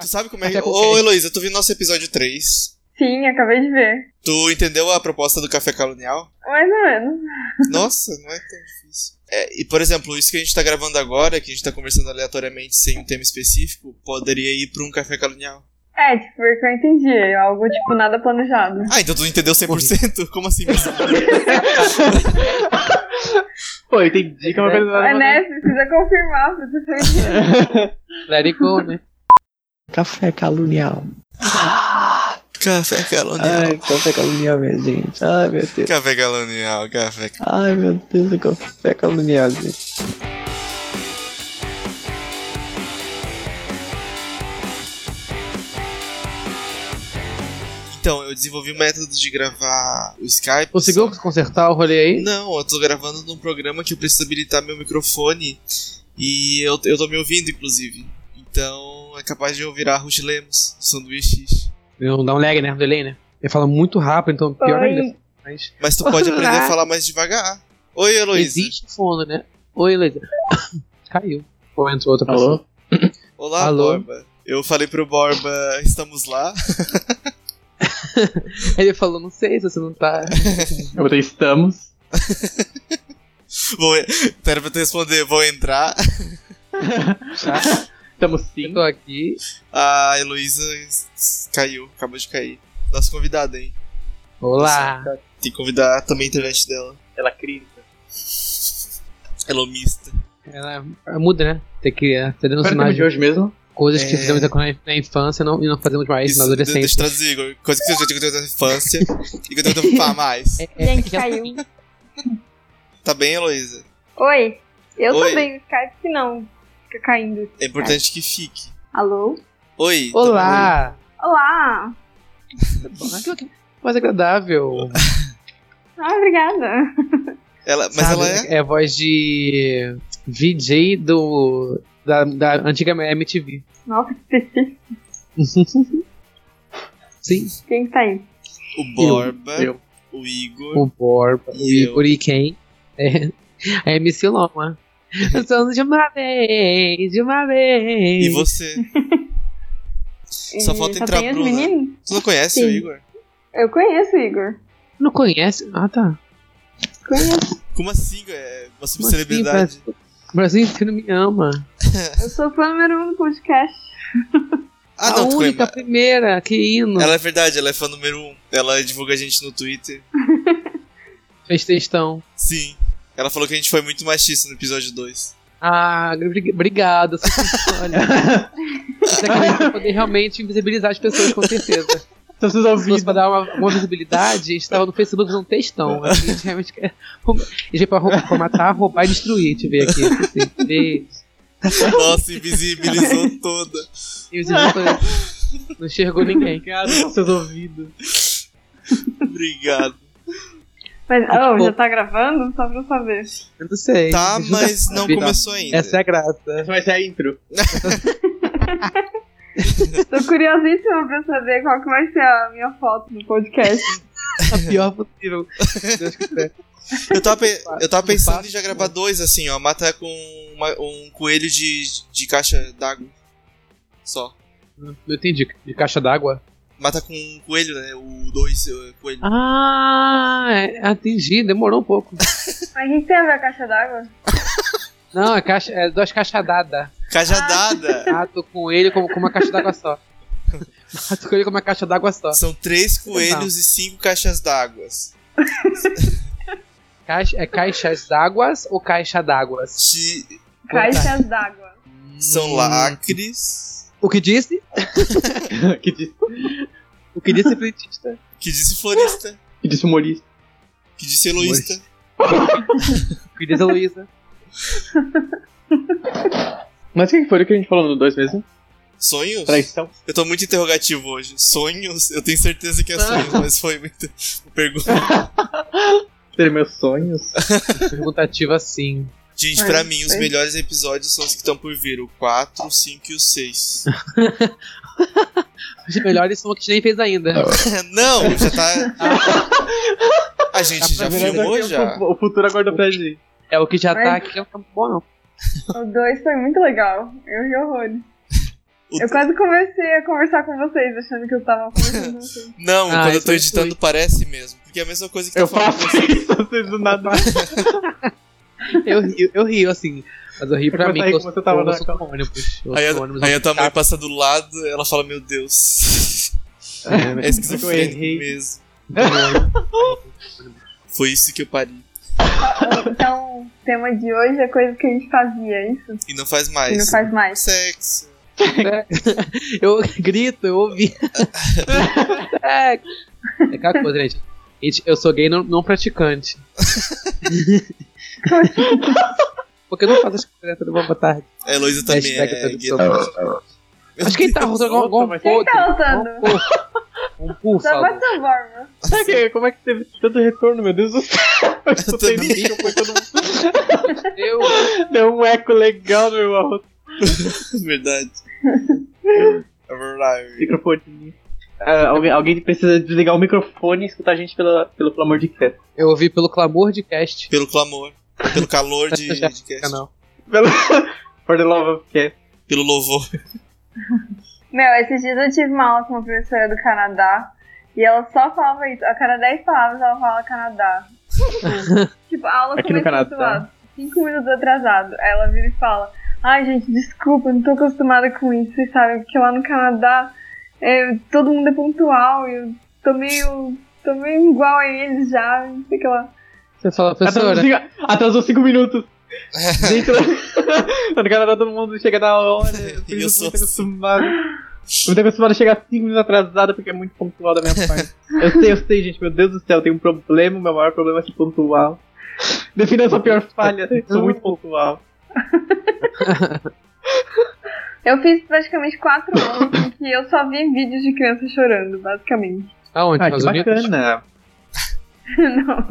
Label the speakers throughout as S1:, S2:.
S1: Tu sabe como é que.
S2: Café com
S1: Ô,
S2: queijo.
S1: Heloísa, tu viu nosso episódio 3?
S3: Sim, acabei de ver.
S1: Tu entendeu a proposta do café colonial?
S3: Mais ou menos.
S1: Nossa, não é tão difícil. É, e, por exemplo, isso que a gente tá gravando agora, que a gente tá conversando aleatoriamente sem um tema específico, poderia ir pra um café colonial.
S3: É, tipo, foi o que eu entendi. é Algo, tipo, nada planejado.
S1: Ah, então tu entendeu 100%? Como assim? mesmo?
S2: Pô, eu entendi que é uma coisa nada
S3: É,
S2: mais-
S3: né? Precisa confirmar pra você saber.
S2: Let it go, né?
S4: Café calunial.
S1: café colonial.
S4: Ai, café calunial, minha gente. Ai, meu Deus.
S1: Café colonial, café.
S4: Ai, meu Deus, o café calunial, gente.
S1: Então, eu desenvolvi o método de gravar o Skype.
S2: Conseguiu consertar o rolê aí?
S1: Não, eu tô gravando num programa que eu preciso habilitar meu microfone e eu, eu tô me ouvindo, inclusive. Então é capaz de eu virar Ruth Lemos, sanduíche.
S2: Não dá um lag, né? Um delay, né? Ele fala muito rápido, então pior ainda.
S3: Oi.
S2: Mas
S1: Mas tu pode aprender a falar mais devagar. Oi, Heloísa.
S2: existe fundo, né? Oi, Luísa. Caiu. Ou entrou outra pessoa.
S4: Alô?
S1: Olá,
S2: Alô?
S1: Borba. Eu falei pro Borba, estamos lá.
S2: Ele falou, não sei se você não tá.
S4: Eu botei estamos.
S1: Vou, era pra tu responder, vou entrar.
S4: Estamos
S2: Eu
S4: sim.
S2: tô aqui.
S1: A Heloísa s- s- caiu, acabou de cair. Nossa convidada, hein?
S2: Olá.
S1: Tem que convidar também a internet dela.
S4: Ela crise.
S1: Elomista.
S2: Ela ela muda, né? Tem que é, ter
S4: Qual era o tema de
S2: denunciado
S4: hoje mesmo?
S2: coisas que
S1: É.
S2: fizemos na- na infância não- e não fazemos mais
S1: Isso,
S2: na
S1: de- deixa eu
S2: adolescência.
S1: traduzir, Igor. Coisa que você já tinha na infância e que eu tento falar mais.
S3: Gente,
S2: é-
S3: caiu.
S1: Tá bem, Heloísa?
S3: Oi. Eu
S1: Oi.
S3: também, Skype que não. Fica caindo.
S1: É importante que fique.
S3: Alô?
S1: Oi. tá
S2: Olá!
S3: Olá!
S2: Mais é agradável.
S3: Ah,
S1: tá
S3: obrigada.
S1: bom. Ela, mas
S2: Sabe,
S1: ela é.
S2: É a voz de VJ do. Da, da antiga MTV.
S3: Nossa, que específico.
S2: Sim,
S3: Quem tá aí?
S1: O Borba,
S4: eu.
S1: o Igor.
S2: o Borba, o
S1: E eu.
S2: Igor e quem? É, a MC Loma. Eu sou de uma vez, de uma vez.
S1: E você? Só
S3: Eh,
S1: falta
S3: só
S1: entrar
S3: tem
S1: a
S3: os
S1: Bruna.
S3: meninos?
S1: Tu não conhece
S3: Sim.
S1: o Igor?
S3: Eu conheço o Igor.
S2: Não conhece? Ah, tá.
S3: Conheço.
S1: Como assim? É uma
S2: Como assim,
S1: subcelebridade.
S2: Brasil? Brasil inteiro me ama.
S3: Eu sou fã número um do podcast.
S1: ah,
S2: a
S1: não, tu
S2: única, a
S1: conhece.
S2: primeira, que hino.
S1: Ela é verdade, ela é fã número um. Ela divulga a gente no Twitter.
S2: Fez textão.
S1: Sim. Ela falou que a gente foi muito machista no episódio 2.
S2: Ah, obri- obrigado. essa pessoa, Olha. Isso é aqui vai poder realmente invisibilizar as pessoas, com certeza.
S4: Estamos nos
S2: Se fosse pra
S4: ouvindo.
S2: dar uma, uma visibilidade, a gente tava no Facebook fazendo um textão. A gente realmente quer. rouba- A gente veio pra roubar, matar, roubar e destruir. Te ver aqui. Assim, ver,
S1: Nossa, invisibilizou toda.
S2: e os irmãos- né? não enxergou ninguém.
S4: Obrigado pelos seus ouvidos.
S1: Obrigado.
S3: Mas,
S1: Ah,
S3: oh,
S2: tipo-
S3: já tá gravando? Só pra eu saber.
S2: Eu não sei.
S1: Tá,
S2: a gente nunca
S1: mas não
S2: sabe,
S1: começou ainda.
S2: Essa é a graça.
S4: Essa vai ser a intro.
S3: Tô curiosíssima pra saber qual que vai ser a minha foto no podcast.
S2: É A pior possível. Se Deus quiser.
S1: Eu tava, pe- eu tava
S2: Não
S1: pensando
S2: faço,
S1: em já gravar
S2: mano.
S1: dois, assim, ó. Mata com uma- um coelho de, de caixa d'água. Só.
S2: Não entendi. De caixa d'água.
S1: Mata com um coelho, né? O dois eh, coelho.
S2: Ah, é- atingi. Demorou um pouco.
S3: Mas o que que tem a ver a caixa d'água?
S2: Não, é, caixa, é duas caixas dada.
S1: Cajadada!
S2: Mato com ele como com uma caixa d'água só. Mato com ele com uma caixa d'água só.
S1: São três coelhos e cinco caixas d'água.
S2: Caixa, é caixas d'águas ou caixa d'águas?
S1: Ti-
S3: Caixas d'água.
S1: São
S2: Hum.
S1: lacres.
S2: O que disse?
S4: que, disse,
S2: O que disse frentista?
S1: Que disse florista.
S4: que disse humorista.
S1: Que disse eloísta.
S2: O que disse a Luísa?
S4: Mas o que foi o que a gente falou no 2 mesmo?
S1: Sonhos?
S4: Traição.
S1: Eu tô muito interrogativo hoje. Sonhos? Eu tenho certeza que é sonhos, mas foi muito. Pergunta.
S4: Ter meus sonhos.
S2: Perguntativa sim.
S1: Gente,
S3: Ai,
S1: pra
S3: não
S1: mim, os
S3: sei.
S1: melhores episódios são os que estão por vir: o 4, o 5 e o 6.
S2: Os melhores são o que a gente nem fez ainda.
S1: Não, já tá. A gente já
S4: É
S2: A primeira
S1: filmou já.
S4: O futuro aguarda pra gente.
S2: É o que já tá aqui, não tá bom não.
S3: O 2 foi muito legal. Eu ri horrores. Eu quase comecei a conversar com vocês, achando que eu tava conversando com vocês.
S1: Não,
S2: Ah,
S1: quando eu
S2: isso
S1: tô
S2: é
S1: editando
S2: intuito.
S1: parece mesmo. Porque é a mesma coisa que
S4: Eu
S1: tá falando.
S4: faço isso, vocês do nada.
S2: Eu rio, eu rio, assim. Mas eu rio pra
S4: Eu
S2: mim,
S4: saí
S2: que eu sou,
S4: quando você tava
S2: eu
S4: na
S2: sou
S4: cama.
S2: com ônibus. Eu
S1: Aí,
S2: sou ônibus.
S1: a, aí é- a tua mãe passa do lado, ela fala, meu Deus. É esquizofrênico
S4: errei.
S1: mesmo. Foi isso que eu parei.
S3: Então, o tema de hoje é coisa que a gente fazia, é isso?
S1: E não faz
S3: E
S1: mais. É
S3: não faz mais.
S1: Sexo.
S2: Eu grito, eu ouvi. é, é aquela coisa, gente. Gente, Eu sou gay não, não praticante. Porque eu não faço as coisas toda boa tarde.
S1: A Heloísa também
S2: Hashtag
S1: é
S2: toda
S1: gay.
S2: pessoa. Acho que ele tá usando algum, algum
S4: Nossa, mas
S2: potro.
S3: quem tá usando?
S2: algum potro, Um
S3: Só
S2: búfalo.
S3: bota forma.
S4: Sabe que- como é que teve tanto retorno, meu Deus do céu? Eu escutei no
S1: também.
S4: micro, foi todo mundo.
S2: Eu,
S4: Deu um eco legal no meu arroto.
S1: Verdade. É verdade.
S4: Microfone. Ah, alguém, alguém precisa desligar o microfone e escutar a gente pela, pelo clamor de fé.
S2: eu ouvi pelo clamor de cast.
S1: Pelo clamor. Pelo calor de, de cast.
S2: Canal.
S4: Pelo... For the love of cat.
S1: Pelo louvor.
S3: Meu, esses dias eu tive uma aula com uma professora do Canadá e ela só falava isso. A cada 10 palavras ela fala Canadá. tipo, a aula
S4: Aqui no
S3: começou
S4: Canadá.
S3: suave, 5 minutos atrasado. Aí ela vira e fala: Ai, gente, desculpa, eu não tô acostumada com isso, vocês sabem, porque lá no Canadá é, todo mundo é pontual e eu tô meio, tô meio igual a eles já, não sei o que lá.
S2: Você fala,
S4: Atrasou
S2: professora,
S4: cinco- Atrasou 5 minutos. Gente, lá no Canadá todo mundo chega na hora.
S1: É. Eu sou
S4: Eu sou muito
S1: assim.
S4: acostumado. Muito acostumado a chegar 5 minutos atrasado porque é muito pontual da minha parte. Eu sei, eu sei, gente. Meu Deus do céu, eu tenho um problema. Meu maior problema é ser pontual. Defina a sua pior falha. eu Sou muito pontual.
S3: Eu fiz praticamente 4 anos em que eu só vi vídeos de criança chorando, basicamente.
S2: aonde?
S4: Ah, que
S2: Estados Unidos?
S4: bacana.
S3: não,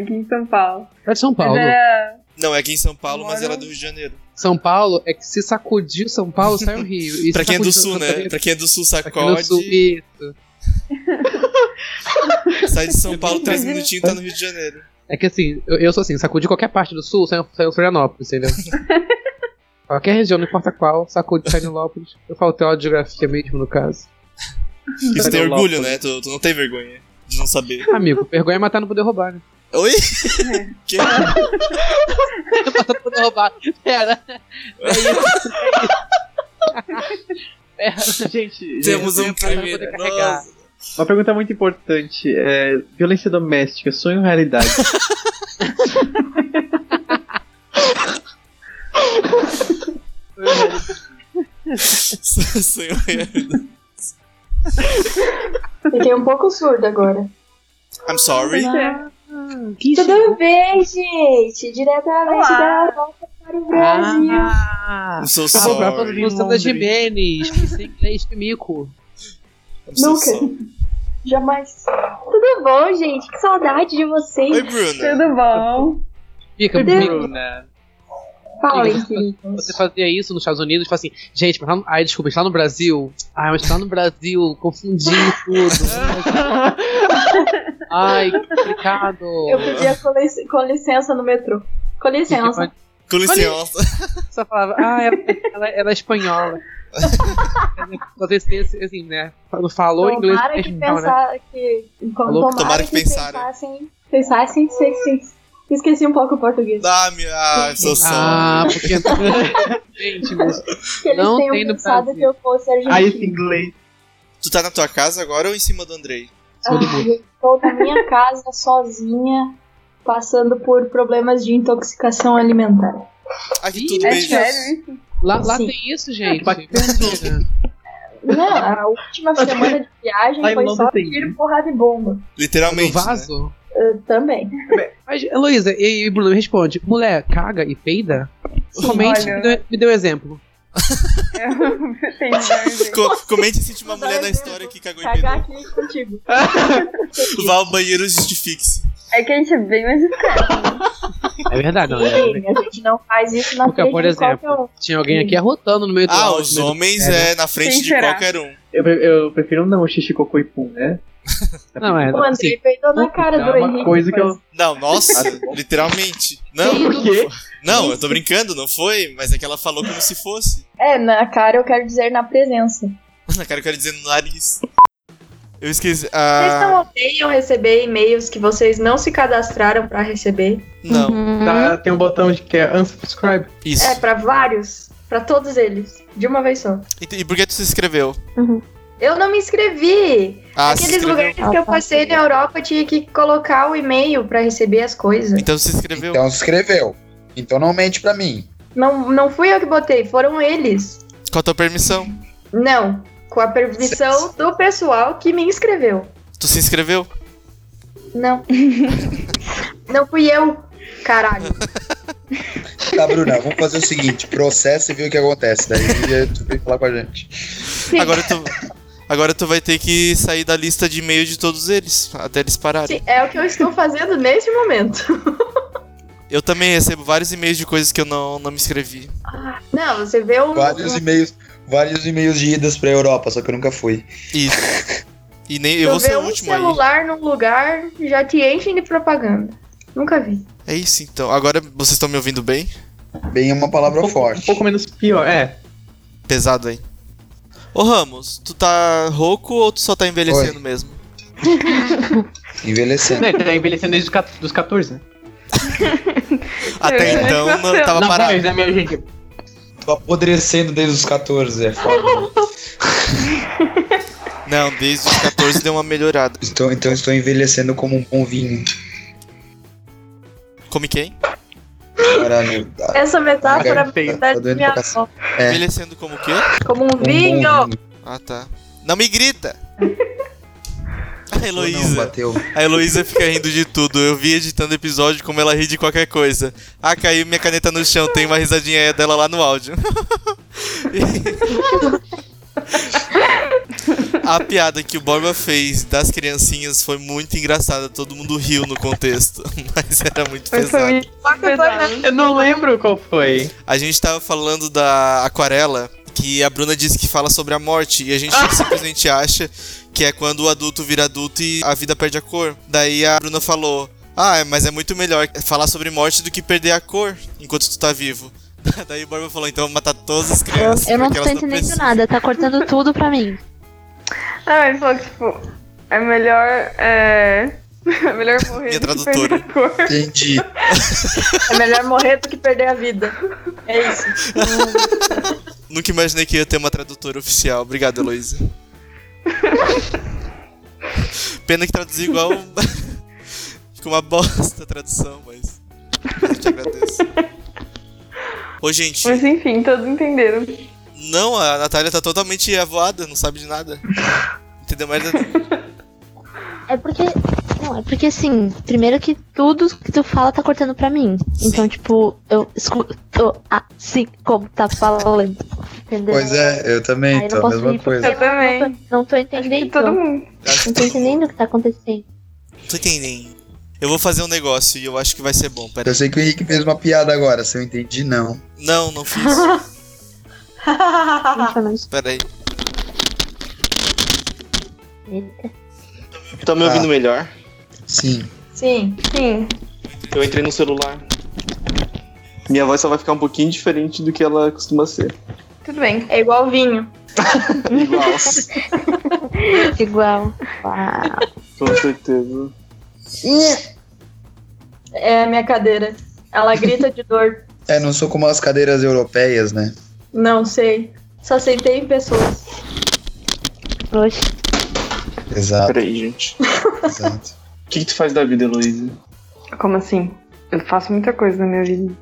S3: aqui em São Paulo.
S2: É de São Paulo.
S3: Mas era.
S1: Não, é aqui em São Paulo, mas
S3: Moro-
S1: era do Rio de Janeiro.
S2: São Paulo é que se sacudiu São Paulo, sai o Rio. E se
S1: Pra quem é do sul,
S2: sacudiu Santa
S1: né?
S2: Catarina,
S1: Pra quem é do sul,
S2: tá pra quem é do sul,
S1: sacode.
S2: e-
S1: Sai de São Paulo, três minutinhos tá no Rio de Janeiro.
S2: É que assim, eu, eu sou assim, sacudir qualquer parte do sul, sai sai o Florianópolis, entendeu? qualquer região, não importa qual, sacude Florianópolis. Eu falo teórico de geografia mesmo, no caso.
S1: E tu tem
S2: é
S4: Pega o
S1: orgulho,
S4: Lopes.
S1: né? Tu, tu não tem vergonha de não saber.
S2: Amigo, vergonha é matar não poder roubar, né?
S1: Oi? Que?
S2: matar não poder roubar. Pera. É isso. É isso.
S4: Gente,
S1: Temos
S2: eu
S1: um
S2: ia pra lá
S1: crime.
S2: poder carregar.
S1: Nossa.
S4: Uma pergunta muito importante é violência doméstica, sonho ou realidade?
S1: Sonho real.
S5: Fiquei um pouco surdo agora.
S1: I'm sorry.
S3: é,
S2: Pera. Que
S5: Tudo bem, gente? Diretamente
S3: Olá.
S5: da volta para o Brasil.
S2: Ah,
S1: I'm so
S2: Tava gravando
S1: sorry.
S4: Sorry,
S2: Luciana
S4: Londres.
S2: Jimenez, que sem inglês de mico.
S1: I'm so
S5: Nunca.
S1: sorry.
S5: Jamais. Tudo bom, gente? Que saudade de vocês.
S1: Oi, Bruna.
S3: Tudo bom?
S2: Mica, mica,
S4: Bruna.
S5: Falem,
S2: Obrigado.
S5: queridos.
S2: você fazia isso nos Estados Unidos, tipo assim, gente, mas lá no... ai, desculpa, a gente lá no Brasil. Ai, mas lá no Brasil, confundindo tudo. Ai, que complicado.
S5: Eu pedia com lic- com licença no metrô. Com licença.
S1: Com licença.
S2: Só falava, ah, ela, ela, ela é espanhola. Acontecia esse- assim, né? Quando falou inglês,
S5: Tomara que,
S2: espanhol, né?
S5: pensar, que,
S2: Falou?
S5: tomara
S1: Tomara que
S5: que
S1: pensaram.
S5: pensassem. Pensassem, sei que sim. Esqueci um pouco o português.
S1: Ah, minha. Ah, I'm so sorry.
S2: Ah, porque. gente, né?
S5: Que eles
S2: não
S5: tenham
S2: tem no
S5: pensado
S2: Brasil.
S5: que eu fosse argentino.
S4: Aí esse inglês.
S1: Tu tá na tua casa agora ou em cima do Andrei?
S2: Todo
S5: Ah, eu estou na minha casa sozinha, passando por problemas de intoxicação alimentar.
S1: Aqui
S2: Ih,
S1: tudo
S3: É
S1: bem.
S3: sério isso?
S2: Lá, lá
S5: Sim.
S2: tem isso, gente. Né?
S4: Bacana.
S5: Não, a última semana de viagem
S4: Ai,
S5: foi
S4: não
S5: só
S4: entendi.
S5: tiro, porrada e bomba.
S2: No
S1: Literalmente. né?
S2: vaso?
S5: Eu também.
S2: Mas, Heloísa, e, e Bruno me responde: mulher caga e peida? Comente,
S3: Olha.
S2: me dê- me dê um exemplo.
S3: Eu tenho vergonha.
S1: né? Co- comente se tinha uma mulher da
S5: Vai, Deus,
S1: história que cagou em
S5: Cagar
S1: pedra.
S5: aqui contigo.
S1: Vá ao banheiro e justifique-se.
S3: É que a gente é bem mais discreto.
S2: É verdade, não é?
S5: Sim, a gente não faz isso na
S2: Porque,
S5: frente
S2: por
S5: de
S2: exemplo,
S5: qualquer um.
S2: Tinha alguém
S4: Hum.
S2: aqui arrotando no meio do
S1: Ah,
S2: áudio,
S1: os
S2: né?
S1: homens
S2: é,
S1: é na frente
S3: Quem
S1: de
S3: será?
S1: qualquer um.
S4: Eu, pre- eu prefiro não xixi cocô e pum, né?
S2: Não, é.
S5: O André
S2: Assim,
S5: peidou na cara
S2: é
S5: do
S2: uma
S5: Henrique.
S4: Coisa que eu.
S1: Não, nossa, literalmente. Não,
S2: Quem?
S4: Por quê?
S1: Não, eu tô brincando, não foi, mas é que ela falou como se fosse.
S5: É, na cara eu quero dizer na presença.
S1: Na cara eu quero dizer no nariz. Eu esqueci.
S5: Vocês não
S1: Ah,
S5: odeiam receber e-mails que vocês não se cadastraram pra receber?
S1: não.
S4: Tá, tem um botão de que é unsubscribe.
S1: Isso.
S5: Uhum. É, pra vários. Pra todos eles. De uma vez só.
S1: E, e por que tu se inscreveu?
S5: Eu não me inscrevi!
S1: Ah, se
S5: Aqueles
S1: inscreveu.
S5: lugares que eu passei na Europa tinha que colocar o e-mail pra receber as coisas.
S1: Então se inscreveu.
S6: Então se inscreveu. Então não mente pra mim.
S5: Não, não fui eu que botei, foram eles.
S1: Com a tua permissão.
S5: Não, com a permissão do pessoal que me inscreveu.
S1: Tu se inscreveu?
S5: Não. não fui eu, caralho.
S6: Tá, Bruna, vamos fazer o seguinte: processa e vê o que acontece. Daí eh, tu vem falar com a gente.
S1: Agora tu. Agora tu vai ter que sair da lista de e-mail de todos eles, até eles pararem.
S5: Sim, é o que eu estou fazendo neste momento.
S1: Eu também recebo vários e-mails de coisas que eu não, não me inscrevi.
S5: Não, você vê um.
S6: Vários e-mails. Vários e-mails de idas pra Europa, só que eu nunca fui.
S1: Isso. E nem eu
S5: Eu
S1: vou ser
S5: vê
S1: o
S5: um
S1: último aí.
S5: celular num lugar, já te enchem de propaganda. Nunca vi.
S1: É isso então. Agora vocês estão me ouvindo bem?
S6: Bem, é uma palavra
S4: Um pouco, um
S6: forte.
S4: pouco menos pior, é.
S1: Pesado aí. Ô Ramos, tu tá rouco ou tu só tá envelhecendo
S6: Oi.
S1: mesmo?
S6: Envelhecendo.
S4: Né, ele tá envelhecendo desde os cat- dos 14, né?
S1: Até
S3: envelhecendo.
S1: então não tava
S4: não,
S1: parado.
S4: mas né, minha gente?
S6: Tô apodrecendo desde os 14, é foda.
S1: Não, desde os 14 deu uma melhorada.
S6: Estou, então estou envelhecendo como um bom vinho.
S1: Come quem?
S6: Caralho. tá-
S5: Essa metáfora é
S6: Tá-
S4: feio.
S5: da
S6: tá doendo
S5: minha
S6: pra cacete.
S5: avó.
S6: É.
S1: Envelhecendo como o quê?
S5: Como um
S6: um bom vinho.
S5: vinho!
S1: Ah tá. Não me grita! A
S6: Não,
S1: Heloísa.
S6: bateu.
S1: A Heloísa fica rindo de tudo. Eu vi editando episódio como ela ri de qualquer coisa. Ah, caiu minha caneta no chão. Tem uma risadinha dela lá no áudio. A piada que o Borba fez das criancinhas foi muito engraçada. Todo mundo riu no contexto, mas era muito
S3: Mas foi
S1: pesado.
S3: muito pesado.
S4: Eu não lembro qual foi.
S1: A gente tava falando da aquarela, que a Bruna disse que fala sobre a morte, e a gente simplesmente acha que é quando o adulto vira adulto e a vida perde a cor. Daí a Bruna falou: Ah, é, mas é muito melhor falar sobre morte do que perder a cor enquanto tu tá vivo. Daí o Barba falou: Então vamos matar todas as crianças.
S7: Eu não
S1: porque
S7: tô
S1: elas
S7: entendendo
S1: precisam."
S7: nada, tá cortando tudo pra mim.
S3: Não, ele falou que, tipo, é melhor. É, é melhor morrer.
S1: Minha
S3: do que
S1: tradutora.
S3: perder a cor.
S6: Entendi.
S5: É melhor morrer do que perder a vida. É isso.
S1: Nunca imaginei que ia ter uma tradutora oficial. Obrigado, Heloísa. Pena que traduzir igual. Ficou uma bosta a tradução, mas. Eu te agradeço. Ô, gente,
S3: Mas enfim, todos entenderam.
S1: não, a Natália tá totalmente avoada, não sabe de nada. Entendeu? Mas
S7: É porque. Não, é porque assim, primeiro que tudo que tu fala tá cortando pra mim. Então, tipo, eu escuto assim como tá falando. Entendeu?
S6: Pois é, eu também
S7: Aí
S6: tô
S7: não
S6: a
S7: posso ir
S6: mesma
S7: porque
S6: coisa.
S3: Eu
S1: é.
S3: também.
S7: Não tô, não tô
S3: Acho que
S7: entendendo.
S3: todo mundo.
S1: acho
S7: Não tô
S1: que
S7: entendendo o que tá acontendo.
S1: tô entendendo. Eu vou fazer um negócio e eu acho que vai ser bom. Pera.
S6: Eu sei que o Henrique fez uma piada agora, se eu entendi, não.
S1: Não, não fiz.
S7: Gente, eu não escuto.
S1: Pera aí.
S8: Tá me ouvindo
S6: Ah.
S8: melhor?
S6: Sim.
S5: Sim.
S3: Sim.
S8: Eu entrei no celular. Minha voz só vai ficar um pouquinho diferente do que ela costuma ser.
S3: Tudo bem.
S5: É igual vinho.
S8: Igual,
S7: Igual. Ah, Uau.
S8: com certeza.
S5: É a minha cadeira. Ela grita de dor.
S6: É, não sou como as cadeiras europeias, né?
S5: Não sei. Só sentei em pessoas.
S7: Oxe.
S6: Exato,
S8: Peraí, gente.
S6: exato.
S8: O que, que tu faz da vida, Heloísa?
S3: Como assim? Eu faço muita coisa na minha vida.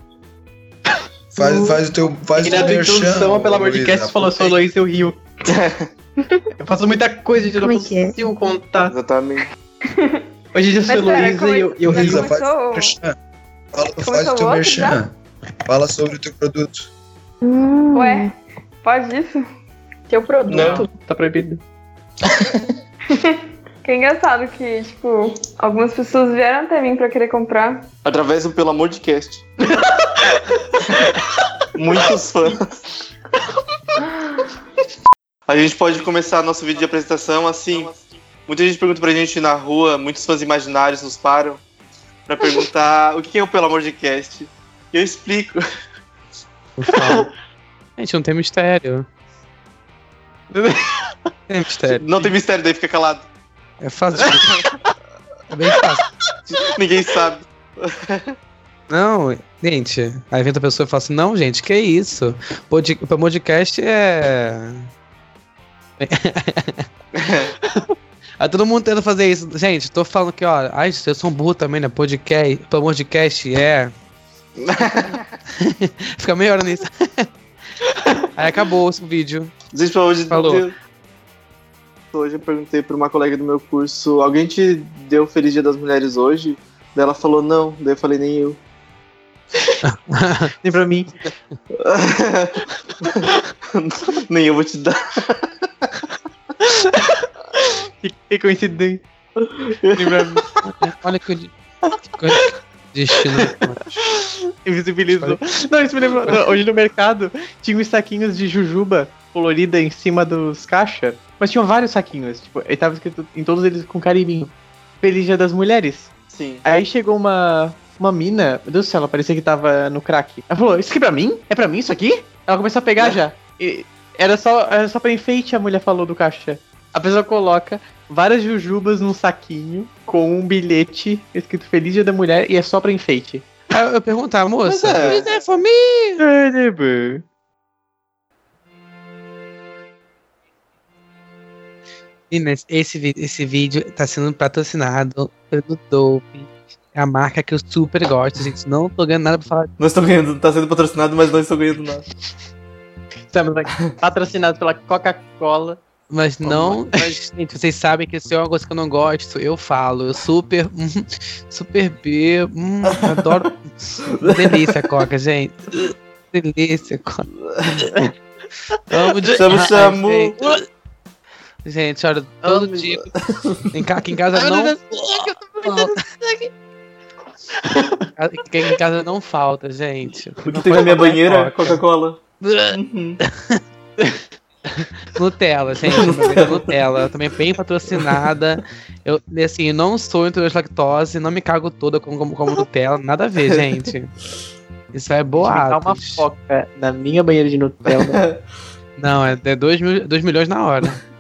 S6: Faz, faz o teu. Faz
S4: E
S6: o teu
S4: na tua introdução, pelo amor de Deus, falou sou Luiz, eu rio. eu faço muita coisa, gente, eu não
S7: Como é que é?
S4: consigo contar.
S8: Exatamente.
S4: Hoje em dia eu sou
S3: Mas pera,
S4: Luiz
S3: como é-
S4: e eu, eu
S3: mas
S4: rio.
S6: Luísa, faz o teu
S3: começou-
S6: merchan. Fala,
S3: começou
S6: faz o teu
S3: outro
S6: merchan. Fala sobre o teu produto.
S7: Hum.
S3: Ué, pode isso?
S5: Teu produto.
S8: Não.
S4: Tá proibido.
S3: Que é engraçado que, tipo, algumas pessoas vieram até mim pra querer comprar.
S8: Através do Pelo Amor de Cast. Muitos fãs. A gente pode começar nosso vídeo de apresentação assim. Muita gente pergunta pra gente na rua, muitos fãs imaginários nos param pra perguntar o que é o Pelo Amor de Cast. Eu explico.
S2: Gente, não tem mistério. Não tem mistério.
S8: Não tem mistério, daí fica calado.
S2: É fácil. É bem fácil.
S8: Ninguém sabe.
S2: Não, gente, aí vem outra pessoa e fala assim, não, gente, que isso? Pod podcast é... Aí todo mundo tenta fazer isso. Gente, tô falando que, ó, ai, eu sou um burro também, né? Podcast, podcast é... Fica meia hora nisso. aí acabou o vídeo.
S8: Gente, pelo amor de
S2: Falou.
S8: Deus. Hoje eu perguntei pra uma colega do meu curso, alguém te deu Feliz Dia das Mulheres hoje? Daí ela falou não, daí eu falei nem eu.
S4: Nem pra mim.
S8: nem eu vou te dar.
S4: Que, que coincidência. Nem pra mim.
S2: Olha que, que coisa. Destino.
S4: Invisibilizou. Não, isso me lembrou. não, hoje no mercado tinha uns saquinhos de jujuba colorida em cima dos caixas. Mas tinham vários saquinhos. Tipo, e tava escrito em todos eles com carimbinho. Feliz Dia das Mulheres.
S8: Sim.
S4: Aí chegou uma. Uma mina, meu Deus do céu, ela parecia que tava no crack. Ela falou, isso aqui é pra mim? É pra mim isso aqui? Ela começou a pegar já. E era só, era só pra enfeite, a mulher falou do caixa. A pessoa coloca várias jujubas num saquinho com um bilhete escrito Feliz Dia da Mulher e é só pra enfeite.
S2: Aí eu perguntar, moça,
S8: Mas é.
S2: is that for me?
S4: É, tipo,
S2: Meninas, esse, vi- esse vídeo tá sendo patrocinado pelo Dope. É a marca que eu super gosto, gente. Não tô ganhando nada pra falar
S8: Nós estamos ganhando, tá sendo patrocinado, mas não estou ganhando nada.
S4: Estamos aqui patrocinados pela Coca-Cola.
S2: Mas não. Mas, gente, vocês sabem que se é uma coisa que eu não gosto, eu falo. Eu super. hum, super B. Hum, adoro. Delícia, Coca, gente. Delícia, Coca. Amo de
S8: Chamo,
S2: Ai,
S8: chamo.
S2: Gente. Gente, olha, todo dia. Em ca- Aqui em casa não. falta. Aqui em casa não falta, gente.
S8: O que tem na minha banheira? Coca-Cola.
S2: Nutella, gente. Nutella. Nutella, também bem patrocinada. Eu, assim, não sou intolerante à lactose, não me cago toda como, como, como Nutella, nada a ver, gente. Isso é
S4: Me dá
S2: boato.
S4: uma foca na minha banheira de Nutella.
S2: é Não, é 2 mil, dois milhões na hora.